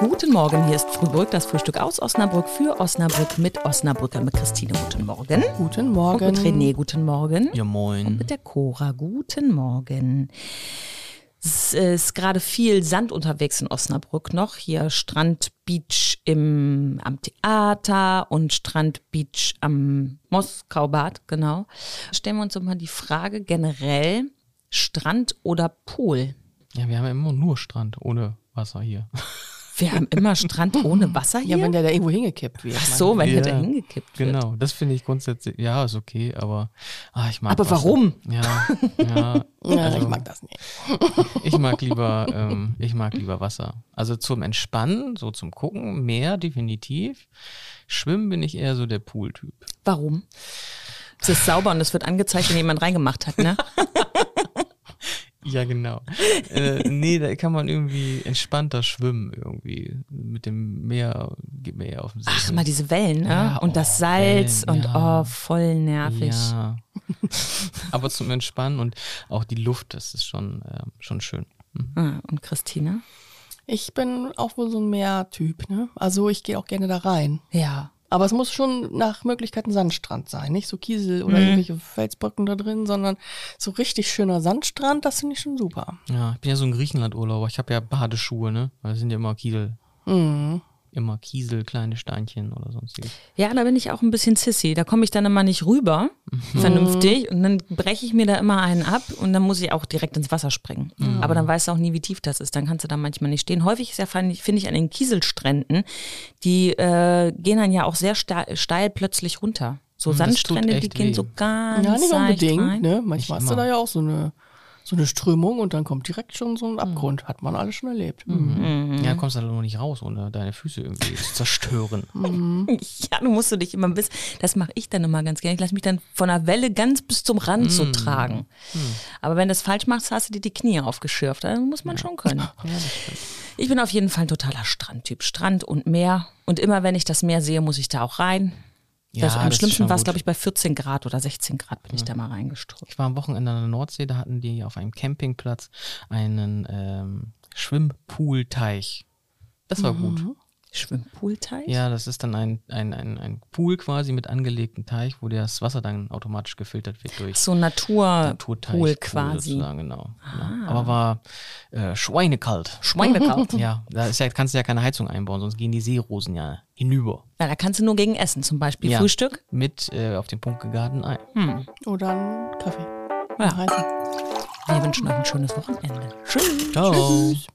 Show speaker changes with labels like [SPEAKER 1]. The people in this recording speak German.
[SPEAKER 1] Guten Morgen, hier ist Frühbrück, das Frühstück aus Osnabrück für Osnabrück mit Osnabrücker, mit Christine. Guten Morgen.
[SPEAKER 2] Guten
[SPEAKER 1] Und
[SPEAKER 2] Morgen.
[SPEAKER 1] mit René, guten Morgen.
[SPEAKER 3] Ja, moin.
[SPEAKER 1] Mit der Cora, guten Morgen. Es ist gerade viel Sand unterwegs in Osnabrück noch. Hier Strand Beach im, am Theater und Strand Beach am Moskaubad, genau. Stellen wir uns doch mal die Frage generell, Strand oder Pool?
[SPEAKER 3] Ja, wir haben ja immer nur Strand ohne Wasser hier.
[SPEAKER 1] Wir haben immer Strand ohne Wasser hier.
[SPEAKER 2] Ja, wenn der da irgendwo hingekippt wird.
[SPEAKER 1] Ach so, wenn der da
[SPEAKER 3] Ja,
[SPEAKER 1] hingekippt wird.
[SPEAKER 3] Genau, das finde ich grundsätzlich, ja, ist okay, aber ah, ich mag
[SPEAKER 1] Aber
[SPEAKER 3] Wasser.
[SPEAKER 1] warum?
[SPEAKER 3] Ja, ja,
[SPEAKER 2] Mann. Ja,
[SPEAKER 3] also,
[SPEAKER 2] ich mag das nicht.
[SPEAKER 3] ich mag lieber, ähm, ich mag lieber Wasser. Also zum Entspannen, so zum Gucken, Meer definitiv. Schwimmen bin ich eher so der Pool-Typ.
[SPEAKER 1] Warum? Es ist sauber und es wird angezeigt, wenn jemand reingemacht hat, ne?
[SPEAKER 3] Ja, genau. äh, nee, da kann man irgendwie entspannter schwimmen irgendwie. Mit dem Meer geht mir eher auf den Sinn.
[SPEAKER 1] Ach, mal diese Wellen, ne?
[SPEAKER 3] Ja,
[SPEAKER 1] und das
[SPEAKER 3] oh,
[SPEAKER 1] Salz
[SPEAKER 3] Wellen,
[SPEAKER 1] und
[SPEAKER 3] ja.
[SPEAKER 1] oh, voll nervig.
[SPEAKER 3] Ja. Aber zum Entspannen und auch die Luft, das ist schon, ähm, schon schön. Mhm.
[SPEAKER 1] Ah, und Christina?
[SPEAKER 2] Ich bin auch wohl so ein Meertyp, ne? Also ich gehe auch gerne da rein.
[SPEAKER 1] Ja.
[SPEAKER 2] Aber es muss schon nach Möglichkeit ein Sandstrand sein, nicht so Kiesel
[SPEAKER 1] Mhm.
[SPEAKER 2] oder irgendwelche Felsbrücken da drin, sondern so richtig schöner Sandstrand, das finde ich schon super.
[SPEAKER 3] Ja, ich bin ja so ein Griechenland-Urlauber. Ich habe ja Badeschuhe, ne? Weil das sind ja immer Kiesel. Immer Kiesel, kleine Steinchen oder sonstiges.
[SPEAKER 1] Ja, da bin ich auch ein bisschen sissy. Da komme ich dann immer nicht rüber,
[SPEAKER 3] Mhm.
[SPEAKER 1] vernünftig. Und dann breche ich mir da immer einen ab und dann muss ich auch direkt ins Wasser springen.
[SPEAKER 3] Mhm.
[SPEAKER 1] Aber dann weißt du auch nie, wie tief das ist. Dann kannst du da manchmal nicht stehen. Häufig ist ja, finde ich, finde ich, an den Kieselstränden, die äh, gehen dann ja auch sehr steil, steil plötzlich runter. So
[SPEAKER 3] Mhm, das tut
[SPEAKER 1] Sandstrände, die
[SPEAKER 3] echt
[SPEAKER 1] gehen
[SPEAKER 3] weh.
[SPEAKER 1] so ganz
[SPEAKER 2] Ja, nicht
[SPEAKER 1] leicht rein.
[SPEAKER 2] unbedingt, ne? Manchmal
[SPEAKER 3] Nicht
[SPEAKER 2] hast du da
[SPEAKER 3] immer.
[SPEAKER 2] ja auch so eine, so eine Strömung und dann kommt direkt schon
[SPEAKER 1] Mhm.
[SPEAKER 2] so ein Abgrund. Hat man alles schon erlebt. Mhm.
[SPEAKER 3] Ja, kommst halt nur nicht raus, ohne deine Füße irgendwie zu zerstören.
[SPEAKER 1] Ja, du musst du dich immer bis. Das mache ich dann immer ganz gerne. Ich lasse mich dann von der Welle ganz bis zum Rand so
[SPEAKER 3] Mm.
[SPEAKER 1] tragen. Aber wenn du das falsch machst, hast du dir die Knie aufgeschürft. Das muss man schon können. ich bin auf jeden Fall ein totaler Strandtyp. Strand und Meer. Und immer wenn ich das Meer sehe, muss ich da auch rein.
[SPEAKER 3] Ja,
[SPEAKER 1] das, am
[SPEAKER 3] das ist
[SPEAKER 1] schlimmsten
[SPEAKER 3] schon
[SPEAKER 1] war es,
[SPEAKER 3] gut.
[SPEAKER 1] glaube ich, bei 14 Grad oder 16 Grad bin ich da mal reingestrückt.
[SPEAKER 3] Ich war am Wochenende an der Nordsee, da hatten die auf einem Campingplatz einen ähm, Schwimmpoolteich. Das war gut.
[SPEAKER 1] Schwimmpoolteich?
[SPEAKER 3] Ja, das ist dann ein, ein, ein, ein Pool quasi mit angelegtem Teich, wo das Wasser dann automatisch gefiltert wird durch
[SPEAKER 1] So
[SPEAKER 3] Naturteich.
[SPEAKER 1] Naturpool quasi.
[SPEAKER 3] sozusagen, Genau. genau. Aber war äh, schweinekalt.
[SPEAKER 1] Schweinekalt.
[SPEAKER 3] Ja, da ist ja, kannst du ja keine Heizung einbauen, sonst gehen die Seerosen ja hinüber.
[SPEAKER 1] Ja, da kannst du nur gegen essen, zum Beispiel
[SPEAKER 3] Ja.
[SPEAKER 1] Frühstück. Hm.
[SPEAKER 3] Mit äh, auf den Punkt gegarten Ei.
[SPEAKER 2] Oder ein Kaffee.
[SPEAKER 1] Ja.
[SPEAKER 2] Heißen.
[SPEAKER 1] Wir wünschen euch ein schönes Wochenende.
[SPEAKER 3] Ciao.
[SPEAKER 2] Tschüss.